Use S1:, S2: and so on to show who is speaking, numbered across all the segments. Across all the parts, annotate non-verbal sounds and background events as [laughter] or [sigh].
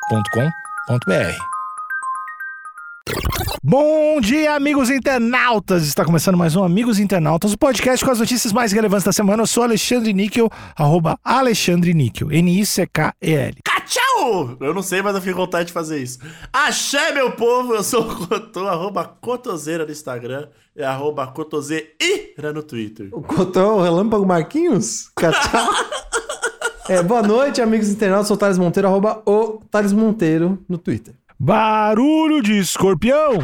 S1: agenciadepodcast.com.br.
S2: Bom dia, amigos internautas! Está começando mais um Amigos Internautas, o podcast com as notícias mais relevantes da semana. Eu sou Alexandre Níquel, arroba Alexandre Níquel, N-I-C-K-E-L.
S3: Ah, Tchau! Eu não sei, mas eu fico com vontade de fazer isso. Axé, meu povo! Eu sou o Cotô, arroba Cotoseira no Instagram e arroba Cotoseira no Twitter.
S4: O Cotão, o Relâmpago Marquinhos? Cachá. [laughs] É, boa noite, amigos internautas. Sou o Thales Monteiro, arroba o Thales Monteiro no Twitter.
S2: Barulho de escorpião!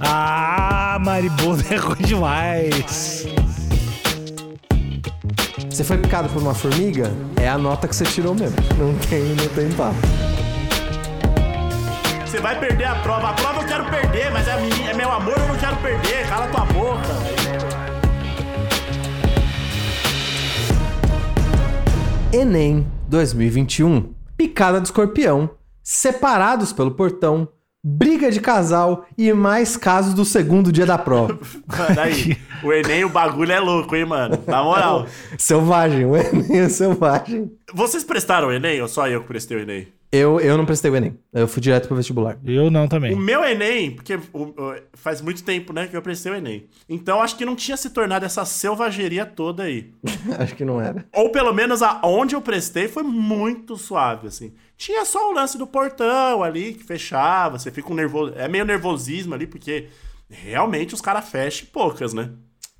S2: Ah, maribondo [laughs] é ruim demais!
S4: Você foi picado por uma formiga? É a nota que você tirou mesmo. Não tem, não tem papo.
S3: Você vai perder a prova. A prova eu quero perder, mas é, a menina- é meu amor, eu não quero perder. Cala tua boca.
S4: Enem 2021. Picada do escorpião. Separados pelo portão. Briga de casal e mais casos do segundo dia da [laughs] prova.
S3: Mano, aí, o Enem, o bagulho é louco, hein, mano? Na moral.
S4: selvagem, o Enem é selvagem.
S3: Vocês prestaram o Enem ou só eu que prestei o Enem?
S4: Eu, eu não prestei o Enem. Eu fui direto pro vestibular.
S2: Eu não
S3: O
S2: também.
S3: meu Enem, porque o- o- faz muito tempo, né, que eu prestei o Enem. Então acho que não tinha se tornado essa selvageria toda aí.
S4: Acho que não era.
S3: Ou pelo menos aonde eu prestei foi muito suave, assim. Tinha só o lance do portão ali que fechava, você fica um nervoso. É meio nervosismo ali, porque realmente os caras fecham poucas, né?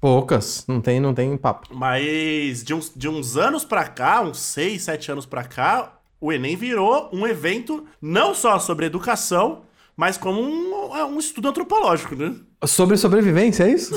S4: Poucas. Não tem, não tem papo.
S3: Mas de uns, de uns anos pra cá, uns 6, 7 anos pra cá, o Enem virou um evento não só sobre educação, mas como um, é um estudo antropológico, né? [laughs] É,
S4: Sobre sobrevivência, é isso?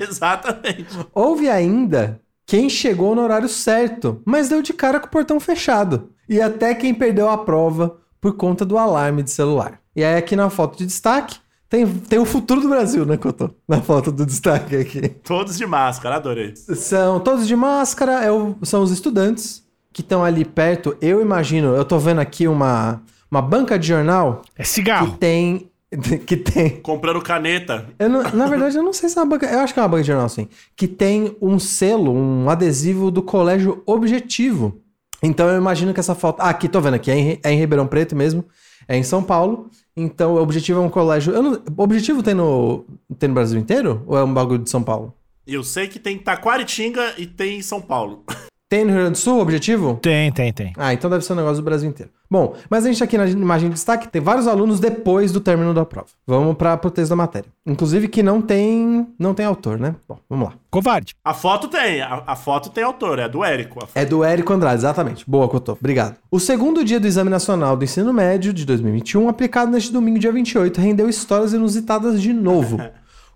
S3: Exatamente.
S4: [laughs] Houve ainda quem chegou no horário certo, mas deu de cara com o portão fechado. E até quem perdeu a prova por conta do alarme de celular. E aí, aqui na foto de destaque, tem, tem o futuro do Brasil, né, Cotô? Na foto do destaque aqui.
S3: Todos de máscara, adorei.
S4: São todos de máscara, é o- são os estudantes que estão ali perto. Eu imagino, eu tô vendo aqui uma, uma banca de jornal
S2: É
S4: que
S2: cigarro.
S4: tem. [laughs] Que tem
S3: Comprando caneta.
S4: Eu não- na verdade, eu não sei se é uma banca. Eu acho que é uma banca de jornal, sim. Que tem um selo, um adesivo do colégio objetivo. Então eu imagino que essa foto. Ah, aqui, tô vendo aqui. É em, é em Ribeirão Preto mesmo. É em São Paulo. Então o objetivo é um colégio. eu não- objetivo tem no, tem no Brasil inteiro? Ou é um bagulho de São Paulo?
S3: E eu sei que tem Taquaritinga e tem em São Paulo.
S4: Tem no Rio Grande do Sul objetivo?
S2: Tem, tem, tem.
S4: Ah, então deve ser um negócio do Brasil inteiro. Bom, mas a gente tá aqui na imagem de destaque tem vários alunos depois do término da prova. Vamos para o texto da matéria. Inclusive que não tem, não tem autor, né? Bom, vamos lá.
S2: Covarde.
S3: A foto tem, a, a foto tem autor, é do Érico. A fo-
S4: É do Érico Andrade, exatamente. Boa, Cotô. Obrigado. O segundo dia do Exame Nacional do Ensino Médio de 2021, aplicado neste domingo, dia 28, rendeu histórias inusitadas de novo.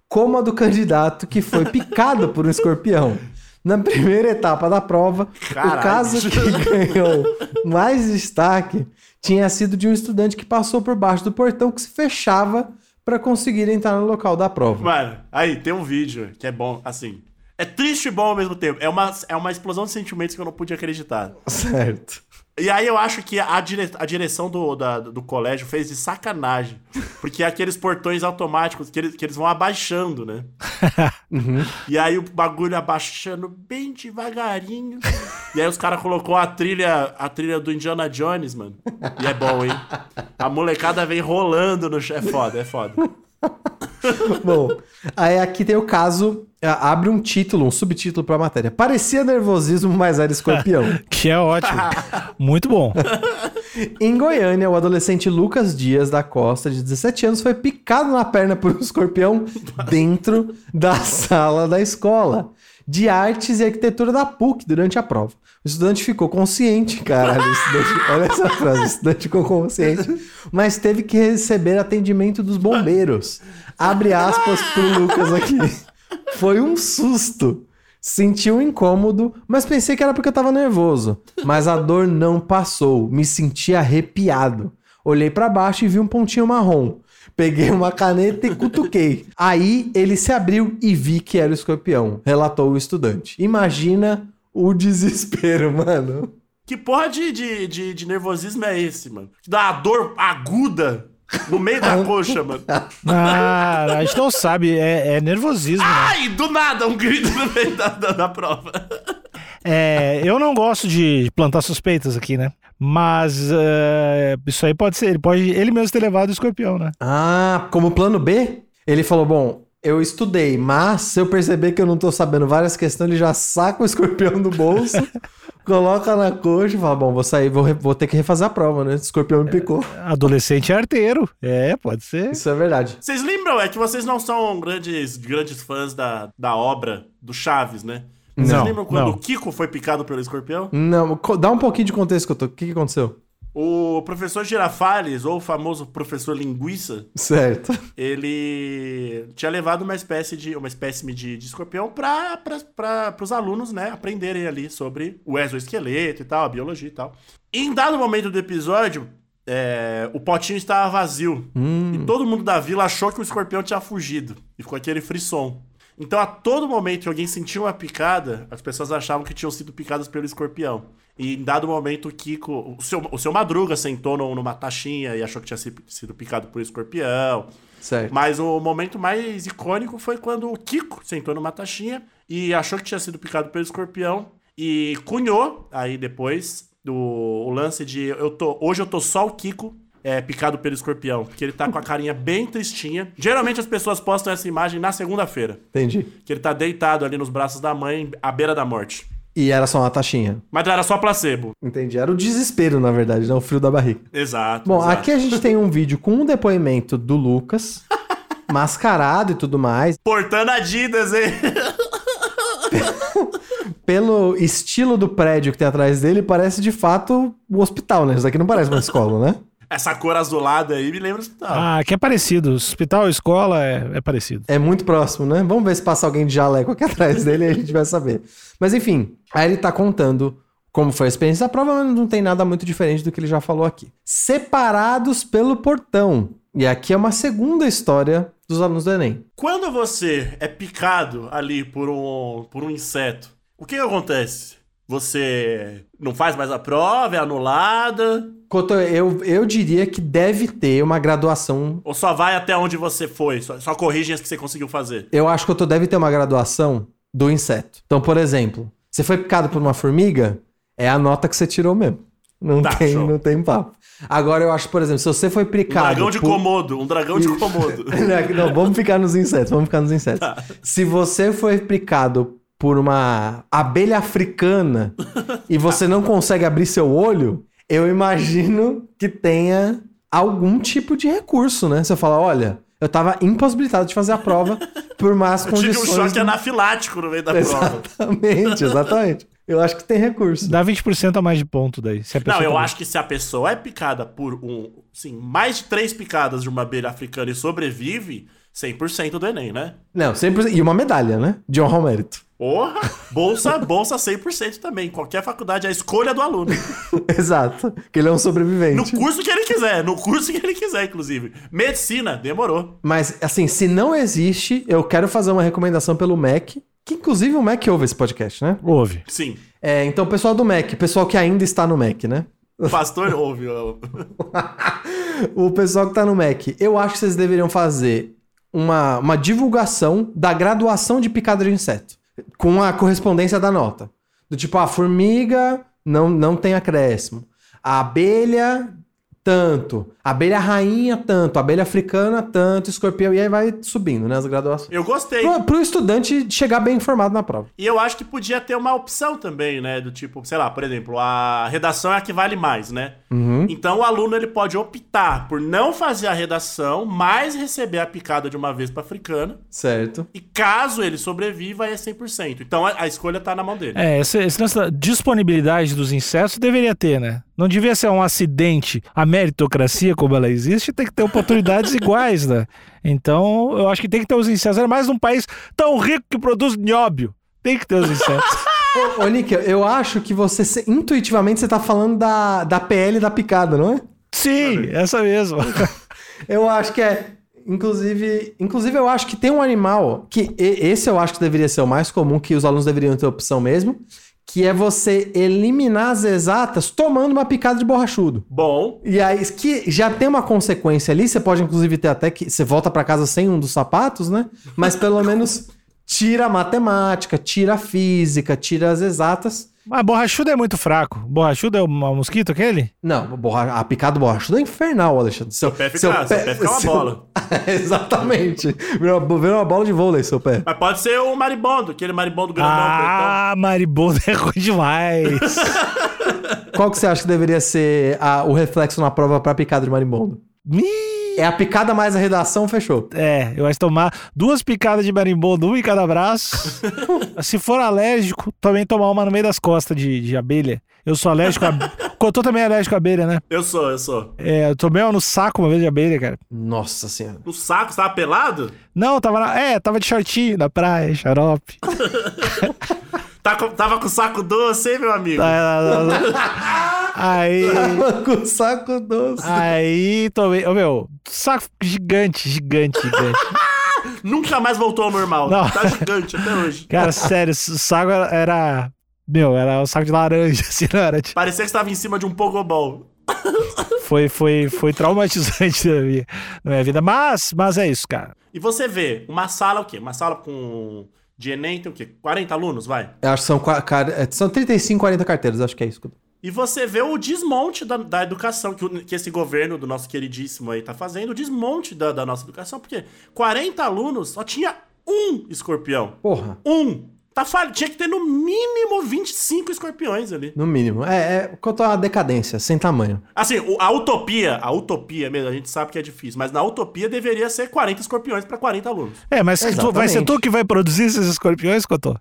S4: Como a do candidato que foi picado por um escorpião. Na primeira etapa da prova,
S3: Caralho.
S4: o caso que ganhou mais destaque tinha sido de um estudante que passou por baixo do portão que se fechava para conseguir entrar no local da prova.
S3: Mano, aí tem um vídeo que é bom, assim. É triste e bom ao mesmo tempo. É uma, é uma explosão de sentimentos que eu não pude acreditar.
S4: Certo.
S3: E aí eu acho que a, dire, a direção do, da- do colégio fez de sacanagem. Porque é aqueles portões automáticos que eles, que eles vão abaixando, né? E aí o bagulho abaixando bem devagarinho. E aí os caras colocou a trilha, a trilha do Indiana Jones, mano. E é bom, hein? A molecada vem rolando no chão. É foda, é foda.
S4: [laughs] Bom, aí aqui tem o caso, a- abre um título, um subtítulo pra matéria. Parecia nervosismo, mas era escorpião.
S2: Que é ótimo. Muito bom.
S4: em Goiânia, o adolescente Lucas Dias da Costa, de 17 anos, foi picado na perna por um escorpião dentro da sala da escola de artes e arquitetura da PUC durante a prova. O estudante ficou consciente, caralho. o estudante- olha essa frase, o estudante ficou consciente, mas teve que receber atendimento dos bombeiros. Abre aspas pro Lucas aqui. Foi um susto. Senti um incômodo, mas pensei que era porque eu tava nervoso. Mas a dor não passou. Me senti arrepiado. Olhei pra baixo e vi um pontinho marrom. Peguei uma caneta e cutuquei. Aí ele se abriu e vi que era o escorpião, relatou o estudante. Imagina o desespero, [laughs] mano.
S3: Que porra de, de, de, de nervosismo é esse, mano? Que dá uma dor aguda no meio da coxa, mano.
S2: Ah, a gente não sabe, é, é nervosismo. né?
S3: Ai, do nada, um grito no meio da, da, da prova.
S2: É, eu não gosto de plantar suspeitas aqui, né? Mas eh, isso aí pode ser. Ele pode ele mesmo ter levado o escorpião, né?
S4: Ah, como plano B? Ele falou: bom, eu estudei, mas se eu perceber que eu não tô sabendo várias questões, ele já saca o escorpião do [laughs] bolso, coloca na coxa e fala: bom, vou sair, vou, re- vou ter que refazer a prova, né? O escorpião me picou.
S2: Adolescente arteiro. É, pode ser.
S4: Isso é verdade.
S3: Vocês lembram? É que vocês não são grandes, grandes fãs da, da obra do Chaves, né? Vocês
S2: Não,
S3: lembram quando
S2: não.
S3: o Kiko foi picado pelo escorpião?
S4: Não, co- dá um pouquinho de contexto que eu tô. O que, que aconteceu?
S3: O professor Girafales, ou o famoso professor Linguiça,
S4: Certo.
S3: ele tinha levado uma espécie de uma espécime de, de escorpião para os alunos né aprenderem ali sobre o exoesqueleto e tal a biologia e tal e em dado momento do episódio é, o potinho estava vazio e todo mundo da vila achou que o escorpião tinha fugido e ficou aquele frisson então a todo momento que alguém sentia uma picada as pessoas achavam que tinham sido picadas pelo escorpião e em dado momento o Kiko o seu, o seu Madruga sentou num- numa taxinha e achou que tinha se- sido picado por escorpião
S4: [laughs] Certo.
S3: mas o momento mais icônico foi quando o Kiko sentou numa taxinha e achou que tinha sido picado pelo escorpião e cunhou aí depois do, o lance de eu tô, hoje eu tô só o Kiko é, picado pelo escorpião, porque ele tá com a carinha bem tristinha. Geralmente as pessoas postam essa imagem na segunda-feira,
S4: Entendi.
S3: que ele tá deitado ali nos braços da mãe, à beira da morte.
S4: E era só uma taxinha.
S3: Mas era só placebo.
S4: Entendi. Era o desespero, na verdade, não o frio da barriga.
S3: Exato.
S4: Bom,
S3: exato.
S4: aqui a gente tem um vídeo com um depoimento do [laughs] Lucas, mascarado e tudo mais.
S3: Portando Adidas, hein?
S4: Pelo estilo do prédio que tem atrás dele, parece de fato o hospital, né? Isso daqui não parece uma escola, né?
S3: [laughs] Essa cor azulada aí me lembra. Ah,
S2: Ah, que é parecido. Hospital, escola é, é parecido.
S4: É muito próximo, né? Vamos ver se passa alguém de jaleco aqui [laughs] atrás dele e a gente vai saber. Mas enfim, aí ele tá contando como foi a experiência da prova, mas não tem nada muito diferente do que ele já falou aqui. Separados pelo portão. E aqui é uma segunda história dos alunos do Enem.
S3: Quando você é picado ali por um, por um inseto, o que que acontece? Você não faz mais a prova, é anulada,
S4: Couto, eu, eu diria que deve ter uma graduação.
S3: ou só vai até onde você foi, só, só corrigem as que você conseguiu fazer?
S4: Eu acho que Couto deve ter uma graduação do inseto. Então, por exemplo, você foi picado por uma formiga, é a nota que você tirou mesmo. Não,
S3: Tá,
S4: tem,
S3: show.
S4: não tem papo. Agora, eu acho, por exemplo, se você foi
S3: Um
S4: picado.
S3: dragão de
S4: por-
S3: Komodo, um dragão de
S4: Isso.
S3: Komodo.
S4: [laughs] Não, vamos ficar nos insetos, vamos ficar nos insetos.
S3: Tá.
S4: Se você foi picado por uma abelha africana e você não consegue abrir seu olho, eu imagino que tenha algum tipo de recurso, né? Você fala, olha, eu tava impossibilitado de fazer a prova por más
S3: Eu tive um
S4: condições.
S3: choque anafilático no meio da prova.
S4: Exatamente, exatamente. Eu acho que tem recurso.
S2: Dá 20% a mais de ponto daí. se a pessoa
S3: Não, eu
S2: também-
S3: acho que se a pessoa é picada por um. Sim, mais de três picadas de uma abelha africana e sobrevive, 100% do Enem, né?
S4: Não, sempre e uma medalha, né? De honra ao mérito.
S3: Porra! Bolsa, bolsa 100% também. Qualquer faculdade é a escolha do aluno.
S4: [laughs] Exato, que ele é um sobrevivente.
S3: No curso que ele quiser, no curso que ele quiser, inclusive. Medicina, demorou.
S4: Mas, assim, se não existe, eu quero fazer uma recomendação pelo Mac, que inclusive o Mac ouve esse podcast, né?
S2: Houve.
S3: Sim.
S4: É, então, pessoal do Mac, pessoal que ainda está no Mac, né?
S3: O pastor ouve. ó.
S4: O pessoal que está no Mac, eu acho que vocês deveriam fazer uma, uma divulgação da graduação de picada de inseto, com a correspondência da nota. Do tipo, a formiga não, não tem acréscimo. A abelha, tanto. A abelha rainha, tanto. A abelha africana, tanto. Escorpião. E aí vai subindo, né? As graduações.
S3: Eu gostei.
S4: Pro, pro estudante chegar bem informado na prova.
S3: E eu acho que podia ter uma opção também, né? Do tipo, sei lá, por exemplo, a redação é a que vale mais, né?
S4: Hum?
S3: Então o aluno ele pode optar por não fazer a redação, mas receber a picada de uma vespa africana.
S4: Certo.
S3: E caso ele sobreviva, é 100%. Então a, a escolha tá na mão dele.
S2: É, esse, esse lance da disponibilidade dos insetos deveria ter, né? Não devia ser um acidente. A meritocracia, como ela existe, tem que ter oportunidades [laughs] iguais, né? Então, eu acho que tem que ter os insetos. Ainda mais num país tão rico que produz nióbio. Tem que ter os insetos.
S4: Ô, ô Nick, eu acho que você se- intuitivamente você tá falando da, da PL da picada, não é?
S2: Sim, essa mesmo.
S4: Eu acho que é. Inclusive, inclusive, eu acho que tem um animal que e- esse eu acho que deveria ser o mais comum, que os alunos deveriam ter opção mesmo, que é você eliminar as exatas tomando uma picada de borrachudo.
S3: Bom,
S4: E aí, que já tem uma consequência ali, você pode inclusive ter até que você volta pra casa sem um dos sapatos, né? Mas pelo menos tira a matemática, tira a física, tira as exatas
S2: Mas borrachudo é muito fraco. Borrachudo é o ma- mosquito aquele?
S4: Não, borra- a picada do borrachudo é infernal, Alexandre. Seu,
S3: pé fica- seu pé fica uma bola.
S4: [laughs] Exatamente. Virou uma, virou uma bola de vôlei, seu pé.
S3: Mas pode ser o maribondo, aquele maribondo grandão. Ah,
S2: ah, maribondo é ruim demais.
S4: Qual que você acha que deveria ser a- o reflexo na prova pra picada de marimbondo?
S2: Ih,
S4: É a picada mais a redação, fechou.
S2: é, eu acho tomar duas picadas de marimbondo, uma em cada braço. Se for alérgico, também tomar uma no meio das costas de, de abelha. Eu sou alérgico a. [laughs] Cotô também é alérgico à abelha, né?
S3: Eu sou, eu sou.
S2: É, eu tomei uma no saco uma vez de abelha, cara.
S4: Nossa senhora.
S3: No saco, você tava pelado?
S2: Não, tava na... É, tava de shortinho na praia, xarope.
S3: Tá com- tava com o saco doce, hein, meu amigo?
S2: Tá. Aí.
S4: [laughs] Com o saco doce.
S3: Ah.
S2: Aí tomei. Ô, meu, saco gigante, gigante, gigante.
S3: Nunca mais voltou ao normal.
S2: Não.
S3: Tá gigante até hoje.
S2: Cara, sério, o saco era- era. Meu, era um saco de laranja, [laughs] assim, não era? Tipo,
S3: Parecia que você tava em cima de um pogobol.
S2: Foi, foi, foi traumatizante [laughs] na minha, na minha vida. Mas, mas é isso, cara.
S3: E você vê uma sala, o quê? Uma sala com. De Enem tem o quê? 40 alunos, vai?
S4: Eu acho que são, qua- car- é, são 35, 40 carteiras, acho que é isso.
S3: E você vê o desmonte da, da educação que, o- que esse governo do nosso queridíssimo aí tá fazendo, o desmonte da, da nossa educação, porque 40 alunos só tinha um escorpião.
S4: Porra.
S3: Um! Tá falha, tinha que ter no mínimo 25 escorpiões ali.
S4: No mínimo. É, é quanto a decadência, sem tamanho.
S3: Assim, o- a utopia, a utopia mesmo, a gente sabe que é difícil, mas na utopia deveria ser 40 escorpiões pra 40 alunos.
S2: É, mas tu- vai ser
S4: Exatamente.
S2: tu que vai produzir esses escorpiões, Cotô?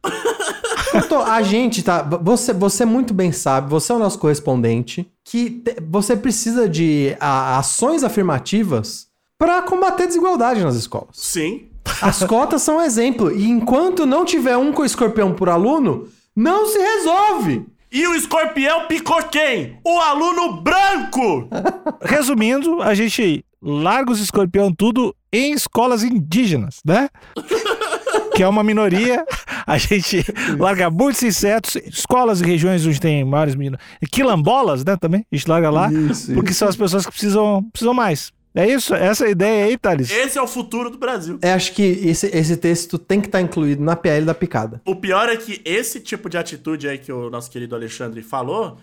S4: Cotô, a gente tá. Você, você muito bem sabe, você é o nosso correspondente, que te- você precisa de a- ações afirmativas para combater a desigualdade nas escolas.
S3: Sim.
S4: As cotas são um exemplo. E enquanto não tiver um com escorpião por aluno, não se resolve.
S3: E o escorpião picou quem? O aluno branco!
S2: Resumindo, a gente larga os escorpião tudo em escolas indígenas, né? Que é uma minoria. A gente larga muitos insetos, escolas e regiões onde tem maiores meninos. Quilambolas, né? Também. A gente larga lá.
S4: Isso,
S2: porque são as pessoas que precisam, precisam mais. É isso? Essa é a ideia aí, Thales?
S3: Esse é o futuro do Brasil.
S4: É, acho que esse, esse texto tem que estar incluído na PL da
S3: [laughs]
S4: picada.
S3: O pior é que esse tipo de atitude aí que o nosso querido Alexandre falou,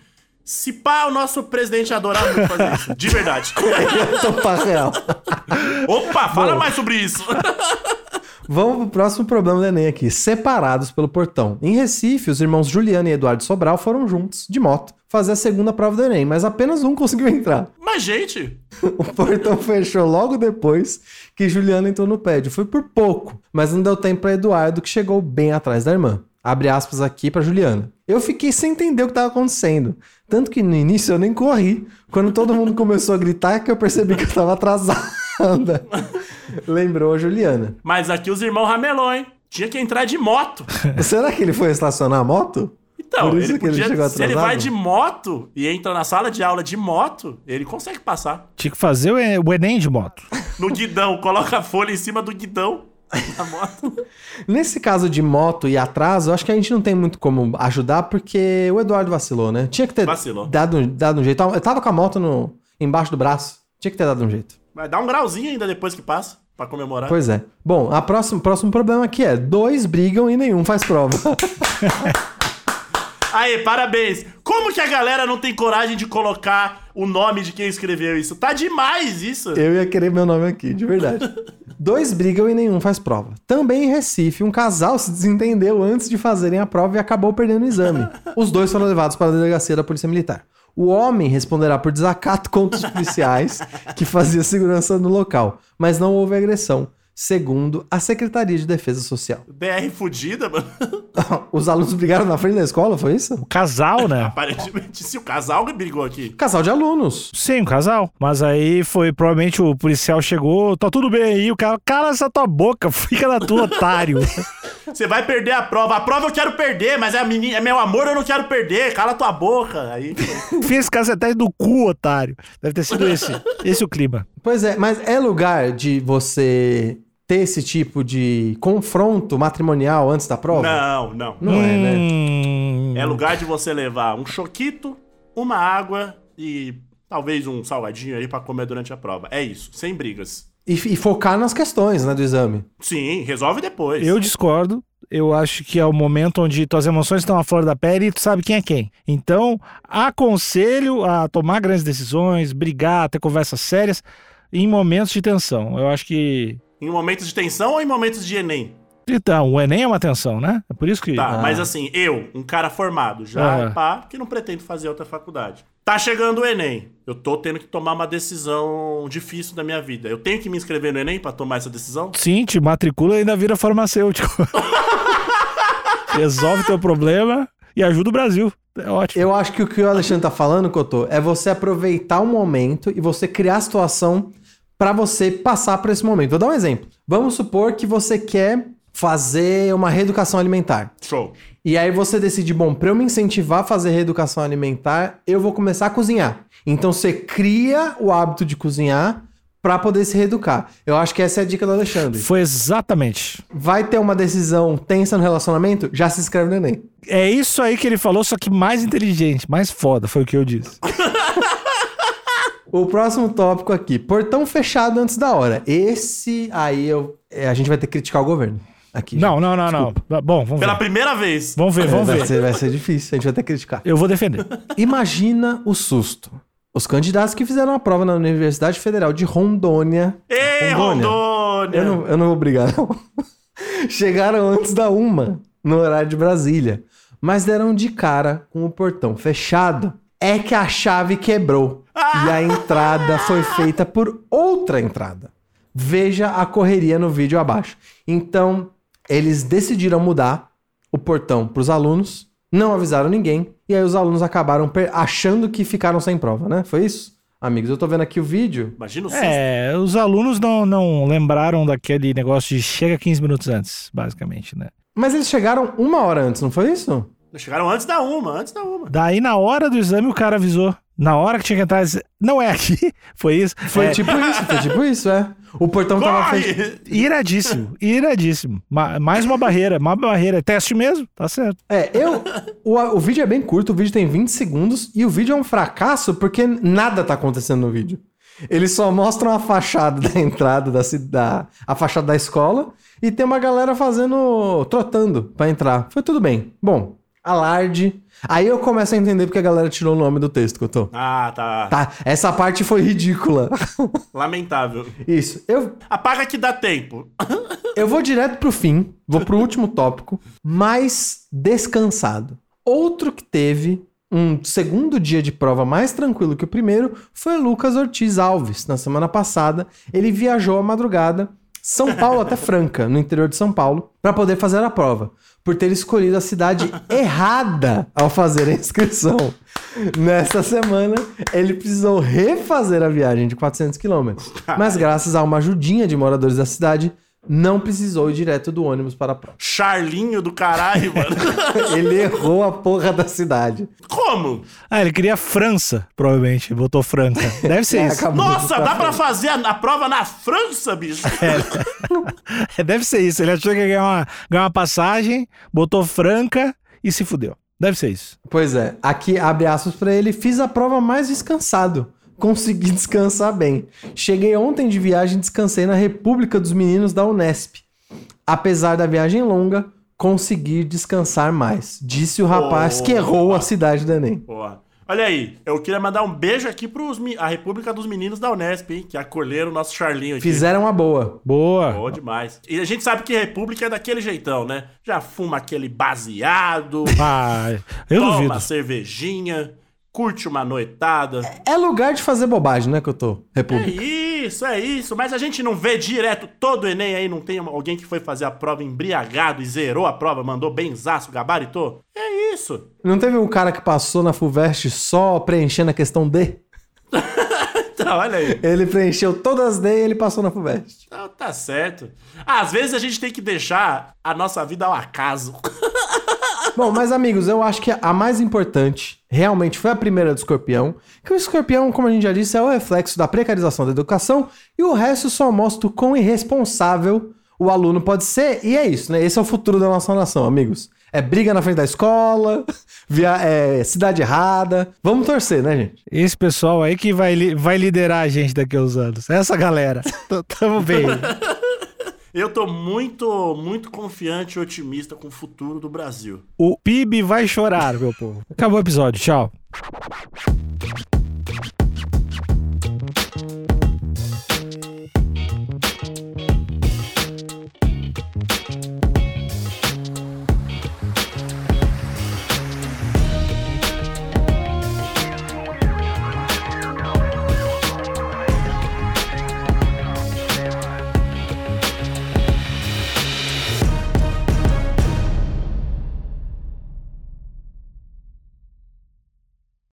S3: se pá, o nosso presidente ia adorar muito fazer isso. De verdade.
S4: Eu tô pra real.
S3: Opa, fala mais sobre isso. [laughs]
S4: Vamos pro próximo problema do Enem aqui. Separados pelo portão. Em Recife, os irmãos Juliano e Eduardo Sobral foram juntos, de moto, fazer a segunda prova do Enem, mas apenas um conseguiu entrar.
S3: Mas, gente,
S4: O portão fechou logo depois que Juliano entrou no prédio. Foi por pouco, mas não deu tempo pra Eduardo, que chegou bem atrás da irmã. Abre aspas aqui pra Juliana. Eu fiquei sem entender o que tava acontecendo. Tanto que no início eu nem corri. Quando todo mundo começou a gritar, é que eu percebi que eu tava atrasada. [laughs] Lembrou a Juliana.
S3: mas aqui os irmãos ramelou, hein? Tinha que entrar de moto.
S4: Será que ele foi estacionar a moto?
S3: Então,
S4: Por isso
S3: ele
S4: que ele
S3: podia,
S4: chegou
S3: se ele
S4: atrasado?
S3: vai de moto e entra na sala de aula de moto, ele consegue passar.
S2: Tinha que fazer o E- o Enem de moto.
S3: No guidão, coloca a folha em cima do guidão [laughs] da moto.
S4: Nesse caso de moto e atraso, eu acho que a gente não tem muito como ajudar, porque o Eduardo vacilou, né? Tinha que ter
S3: Vacilou.
S4: Dado, dado um jeito. Eu tava com a moto no, embaixo do braço. Tinha que ter dado um jeito.
S3: Mas dá um grauzinho ainda depois que passa, pra comemorar.
S4: Pois é. Bom, a próxima, próximo problema aqui é: dois brigam e nenhum faz prova. [laughs]
S3: Aê, parabéns! Como que a galera não tem coragem de colocar o nome de quem escreveu isso? Tá demais isso!
S4: Eu ia querer meu nome aqui, de verdade. Dois brigam e nenhum faz prova. Também em Recife, um casal se desentendeu antes de fazerem a prova e acabou perdendo o exame. Os dois foram levados para a delegacia da Polícia Militar. O homem responderá por desacato contra os policiais que fazia segurança no local, mas não houve agressão, segundo a Secretaria de Defesa Social. [laughs]
S3: BR fudida, mano. [laughs]
S4: Os alunos brigaram na frente da escola, foi isso?
S2: O casal, né?
S3: Aparentemente, se o casal brigou aqui.
S4: Casal de alunos.
S2: Sim, o casal. Mas aí foi, provavelmente o policial chegou, tá tudo bem aí, o cara, cala essa tua boca, [laughs] fica na tua, otário. [laughs]
S3: Você vai perder a prova. A prova eu quero perder, mas é, a menina, é meu amor, eu não quero perder. Cala tua boca. Aí,
S2: Fez cacetagem do cu, otário. Deve ter sido esse, esse o clima.
S4: Pois é, mas é lugar de você ter esse tipo de confronto matrimonial antes da prova?
S3: não, não.
S4: Não é, né?
S2: Hum,
S3: É lugar de você levar um choquito, uma água e talvez um salgadinho aí pra comer durante a prova. É isso, sem brigas.
S4: E, e focar nas questões, né, do exame.
S3: Sim, resolve depois.
S2: Eu discordo. eu acho que é o momento onde tuas emoções estão à flor da pele e tu sabe quem é quem. Então, aconselho a tomar grandes decisões, brigar, ter conversas sérias em momentos de tensão. Eu acho que.
S3: Em momentos de tensão ou em momentos de Enem?
S2: Então, o Enem é uma tensão, né? É por isso que.
S3: Tá,
S4: Ah.
S3: mas assim, eu, um cara formado, já
S2: Ah.
S3: pá, que não pretendo fazer outra faculdade. Tá chegando o Enem. Eu tô tendo que tomar uma decisão difícil da minha vida. Eu tenho que me inscrever no Enem pra tomar essa decisão?
S2: Sim, te matricula e ainda vira
S4: [laughs]
S2: farmacêutico. Resolve teu problema e ajuda o Brasil. É ótimo.
S4: Eu acho que o que o Alexandre tá falando, Cotô, é você aproveitar o momento e você criar a situação pra você passar por esse momento. Vou dar um exemplo. Vamos supor que você quer fazer uma reeducação alimentar.
S3: Show.
S4: E aí você decide, bom, pra eu me incentivar a fazer reeducação alimentar, eu vou começar a cozinhar. Então você cria o hábito de cozinhar pra poder se reeducar. Eu acho que essa é a dica do Alexandre.
S2: Foi exatamente.
S4: Vai ter uma decisão tensa no relacionamento? Já se inscreve no Enem.
S2: É isso aí que ele falou, só que mais inteligente, mais foda, foi o que eu disse.
S4: O próximo tópico aqui, portão fechado antes da hora. Esse aí eu, é, a gente vai ter que criticar o governo. Aqui.
S2: Não, não, não, não. Bom, vamos
S3: Pela
S2: ver.
S3: primeira vez.
S2: Vamos ver, vamos
S4: vai,
S2: ver.
S4: É, Ser, vai ser difícil, a gente vai ter que criticar.
S2: Eu vou defender.
S4: Imagina o susto. Os candidatos que fizeram a prova na Universidade Federal de Rondônia.
S3: Ei,
S4: Rondônia.
S3: Rondônia!
S4: Eu não, eu não vou brigar, não. [laughs] Chegaram antes da uma, no horário de Brasília. Mas deram de cara com o portão fechado. É que a chave quebrou. E a entrada foi feita por outra entrada. Veja a correria no vídeo abaixo. Então, eles decidiram mudar o portão para os alunos, não avisaram ninguém, e aí os alunos acabaram per- achando que ficaram sem prova, né? Foi isso? Amigos, eu tô vendo aqui o vídeo.
S3: Imagina o susto.
S2: É, os alunos não, não lembraram daquele negócio de chega 15 minutos antes, basicamente, né?
S4: Mas eles chegaram uma hora antes, não foi isso?
S3: Chegaram antes da uma, antes da uma.
S2: Daí, na hora do exame, o cara avisou. Na hora que tinha que entrar, disse, não é aqui. [laughs] Foi isso.
S4: Foi
S2: É,
S4: tipo isso, foi [laughs] tipo isso, é. O portão tava fechado.
S3: Corre!
S2: Iradíssimo, iradíssimo. Ma- Mais uma barreira, uma barreira. É Teste mesmo, tá certo.
S4: É, eu. O, o vídeo é bem curto, o vídeo tem 20 segundos e o vídeo é um fracasso porque nada tá acontecendo no vídeo. Eles só mostram a fachada da entrada da cidade, a fachada da escola e tem uma galera fazendo. trotando pra entrar. Foi tudo bem. Bom, alarde. Aí eu começo a entender porque a galera tirou o nome do texto que eu tô.
S3: Ah, tá.
S4: Tá, essa parte foi ridícula. [laughs]
S3: Lamentável.
S4: Isso. Eu,
S3: Apaga que dá tempo.
S4: Eu vou direto pro fim, vou pro último tópico, mais descansado. Outro que teve um segundo dia de prova mais tranquilo que o primeiro foi o Lucas Ortiz Alves. Na semana passada, ele viajou à madrugada, São Paulo até Franca, no interior de São Paulo, para poder fazer a prova, por ter escolhido a cidade errada ao fazer a inscrição. Nessa semana, ele precisou refazer a viagem de 400 quilômetros, mas graças a uma ajudinha de moradores da cidade, não precisou ir direto do ônibus para a prova.
S3: Charlinho do caralho, mano. [laughs]
S4: Ele errou a porra da cidade.
S3: Como?
S2: Ah, ele queria França, provavelmente. Botou Franca. Deve
S4: [laughs]
S2: ser isso.
S4: É, Acabou
S3: Nossa,
S4: de-
S3: dá pra fazer a, a prova na França, bicho?
S2: É, [laughs] Deve ser isso. Ele achou que ia ganhar uma, ganhar uma passagem, botou Franca e se fudeu. Deve ser isso.
S4: Pois é, aqui abre aspas pra ele, fiz a prova mais descansado. Consegui descansar bem. Cheguei ontem de viagem e descansei na República dos Meninos da Unesp. Apesar da viagem longa, consegui descansar mais. Disse o rapaz que errou a cidade do Enem.
S3: Porra. Olha aí, eu queria mandar um beijo aqui pros mi- a República dos Meninos da Unesp, hein? Que acolheram o nosso Charlinho aqui.
S4: Fizeram a boa.
S2: Boa.
S3: Bom demais. E a gente sabe que República é daquele jeitão, né? Já fuma aquele baseado,
S2: Ah, eu
S3: toma
S2: duvido.
S3: cervejinha, curte uma noitada.
S4: É lugar de fazer bobagem, né, que eu tô?
S3: É
S4: República.
S3: isso, é isso. Mas a gente não vê direto todo o Enem aí, não tem alguém que foi fazer a prova embriagado e zerou a prova, mandou benzaço, gabaritou? É isso. [laughs]
S4: Não teve um cara que passou na Fulvestre só preenchendo a questão D?
S3: Então, olha aí.
S4: Ele preencheu todas as D e ele passou
S3: [laughs]
S4: na Fulvestre.
S3: Então, tá certo. Às vezes a gente tem que deixar a nossa vida ao acaso.
S4: Bom, mas amigos, eu acho que a mais importante realmente foi a primeira do escorpião. Que o escorpião, como a gente já disse, é o reflexo da precarização da educação e o resto só mostra o quão irresponsável o aluno pode ser. E é isso, né? Esse é o futuro da nossa nação, amigos. É briga na frente da escola, [laughs] via, é, cidade errada. Vamos torcer, né, gente?
S2: Esse pessoal aí que [laughs] vai, li- vai liderar a gente daqui a uns anos. Essa galera. T- Tamo bem.
S3: Eu tô muito, muito confiante e otimista com o futuro do Brasil.
S2: O PIB vai chorar, meu povo. Acabou o episódio. Tchau.